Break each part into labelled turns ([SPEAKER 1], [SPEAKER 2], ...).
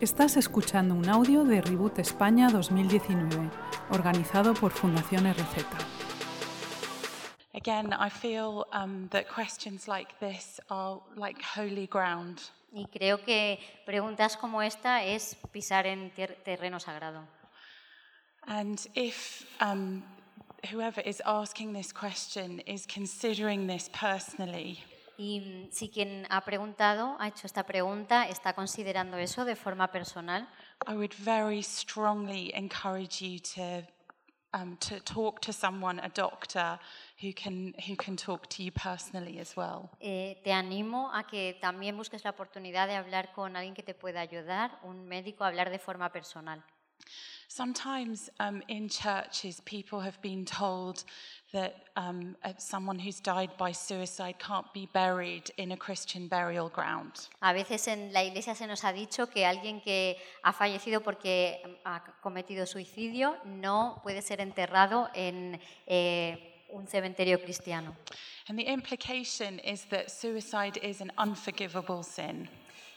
[SPEAKER 1] Estás escuchando un audio de Reboot España 2019, organizado por Fundación RZ.
[SPEAKER 2] Again, I feel um, that questions like this are like holy ground.
[SPEAKER 3] Y creo que preguntas como esta es pisar en tier- terreno sagrado.
[SPEAKER 2] And if um, whoever is asking this question is considering this personally,
[SPEAKER 3] Y mm, si quien ha preguntado, ha hecho esta pregunta, está considerando eso de forma personal,
[SPEAKER 2] I would very strongly encourage you to, um, to talk to someone, a doctor, who can, who can talk to you personally as well.
[SPEAKER 3] eh, te animo a que también busques la oportunidad de hablar con alguien que te pueda ayudar, un médico, a hablar de forma personal.
[SPEAKER 2] Sometimes um, in churches, people have been told that um, uh, someone who's died by suicide can't be buried in a Christian burial ground.
[SPEAKER 3] A veces en la iglesia se nos ha dicho que alguien que ha fallecido porque ha cometido suicidio no puede ser enterrado en eh, un cementerio cristiano.
[SPEAKER 2] And the implication is that suicide is an unforgivable sin.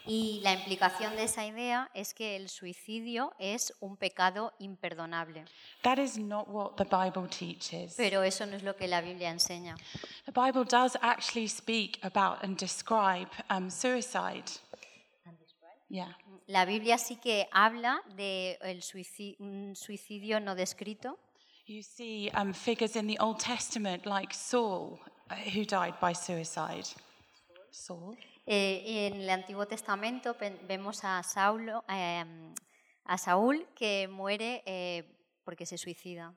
[SPEAKER 3] Y la implicación de esa idea es que el suicidio es un pecado imperdonable.
[SPEAKER 2] That is not what the Bible teaches.
[SPEAKER 3] Pero eso no es lo que la Biblia enseña.
[SPEAKER 2] The Bible does actually speak about and describe um, suicide. Yeah.
[SPEAKER 3] La Biblia sí que habla de el suici- un suicidio no descrito.
[SPEAKER 2] You see um, figures in the Old Testament like Saul, uh, who died by suicide. Saul?
[SPEAKER 3] Eh, en el Antiguo Testamento pen- vemos a, Saulo, eh, a Saúl que muere eh, porque se suicida.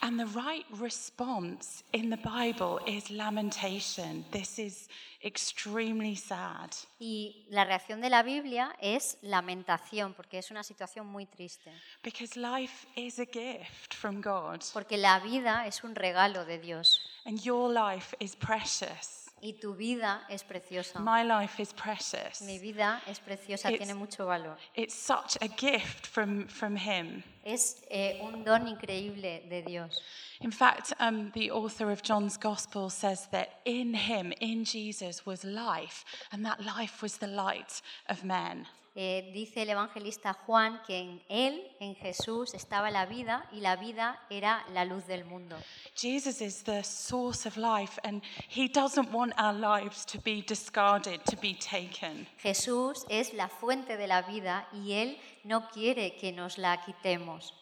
[SPEAKER 2] And the right response in the Bible is lamentation. This is extremely sad.
[SPEAKER 3] Y la reacción de la Biblia es lamentación, porque es una situación muy triste.
[SPEAKER 2] Because life is a gift from God,
[SPEAKER 3] Porque la vida es un regalo de Dios.
[SPEAKER 2] and your life is precious.
[SPEAKER 3] Y tu vida es preciosa.
[SPEAKER 2] My life is precious.
[SPEAKER 3] Mi vida es preciosa,
[SPEAKER 2] It's-
[SPEAKER 3] tiene mucho valor.
[SPEAKER 2] It's such a gift from, from Him.
[SPEAKER 3] Es eh, un don increíble de Dios.
[SPEAKER 2] In fact, um, the author of John's Gospel says that in Him, in Jesus, was life, and that life was the light of men.
[SPEAKER 3] Eh, dice el evangelista Juan que en Él, en Jesús, estaba la vida y la vida era la luz del mundo.
[SPEAKER 2] Jesus is the source of life, and He doesn't want our lives to be discarded, to be taken.
[SPEAKER 3] Jesús es la fuente de la vida y Él no quiere que nos la quitemos.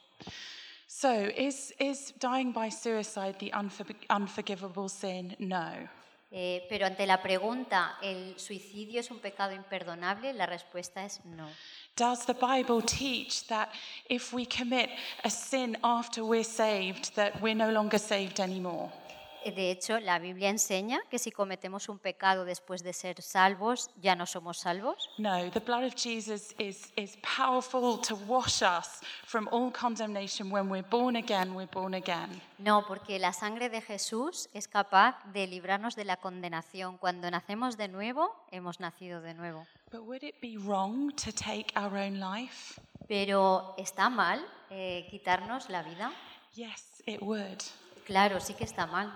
[SPEAKER 2] So, is, is dying by suicide the unfor- unforgivable sin? No.
[SPEAKER 3] Eh, pero ante la pregunta, ¿el suicidio es un pecado imperdonable? La respuesta es no.
[SPEAKER 2] Does the Bible teach that if we commit a sin after we're saved, that we're no longer saved anymore?
[SPEAKER 3] Eh, De hecho, la Biblia enseña que si cometemos un pecado después de ser salvos, ya no somos salvos.
[SPEAKER 2] No, the blood of Jesus is, is powerful to wash us from all condemnation. When we're born again, we're born again.
[SPEAKER 3] No, porque la sangre de Jesús es capaz de librarnos de la condenación. Cuando nacemos de nuevo, hemos nacido de nuevo.
[SPEAKER 2] But would it be wrong to take our own life?
[SPEAKER 3] Pero ¿está mal eh, quitarnos la vida?
[SPEAKER 2] Yes, it would.
[SPEAKER 3] Claro, sí que está mal.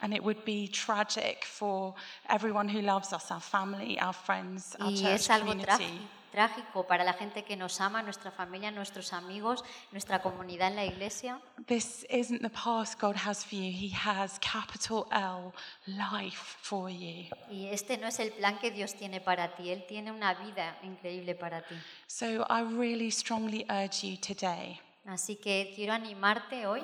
[SPEAKER 2] And it would be tragic for everyone who loves us our family, our friends, our
[SPEAKER 3] Y
[SPEAKER 2] church
[SPEAKER 3] es algo
[SPEAKER 2] community.
[SPEAKER 3] trágico, trágico para la gente que nos ama, nuestra familia, nuestros amigos, nuestra comunidad en la iglesia.
[SPEAKER 2] This isn't the past God has for you. He has capital L life for you.
[SPEAKER 3] Y este no es el plan que Dios tiene para ti. Él tiene una vida increíble para ti.
[SPEAKER 2] So I really strongly urge you today
[SPEAKER 3] Así que quiero animarte hoy.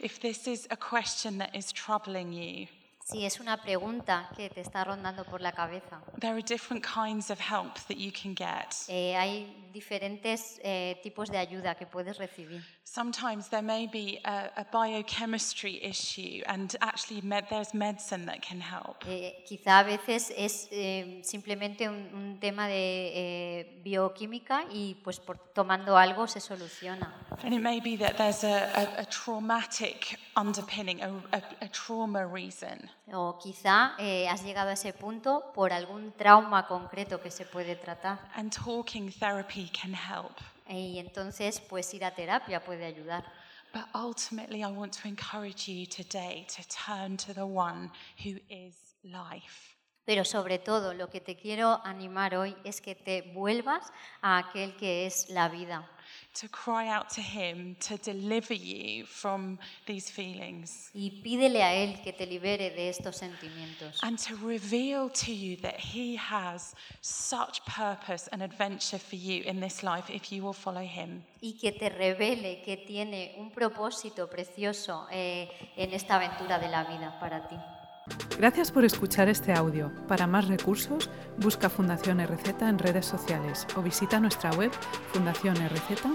[SPEAKER 2] if this is a question that is troubling you,
[SPEAKER 3] Si es una pregunta que te está rondando por la cabeza,
[SPEAKER 2] There are different kinds of help that you can get.
[SPEAKER 3] Eh, hay diferentes eh, tipos de ayuda que puedes recibir.
[SPEAKER 2] Sometimes there may be a, a biochemistry issue, and actually, med- there's medicine that can help.
[SPEAKER 3] Eh, quizá a veces es eh, simplemente un, un tema de eh, bioquímica y pues por, tomando algo se soluciona.
[SPEAKER 2] And it may be that there's a, a, a traumatic underpinning, a, a, a trauma reason.
[SPEAKER 3] O quizá eh, has llegado a ese punto por algún trauma concreto que se puede tratar.
[SPEAKER 2] And talking therapy can help.
[SPEAKER 3] Eh, Y entonces pues ir a terapia puede ayudar.
[SPEAKER 2] But ultimately, I want to encourage you today to turn to the one who is life.
[SPEAKER 3] Pero sobre todo lo que te quiero animar hoy es que te vuelvas a aquel que es la vida,
[SPEAKER 2] to cry out to Him to deliver you from these feelings
[SPEAKER 3] y pídele a Él que te libere de estos sentimientos
[SPEAKER 2] and to reveal to you that He has such purpose and adventure for you in this life if you will follow Him.
[SPEAKER 3] y que te revele que tiene un propósito precioso eh, en esta aventura de la vida para ti.
[SPEAKER 1] Gracias por escuchar este audio. Para más recursos, busca Fundación RZ en redes sociales o visita nuestra web fundacionrz.es.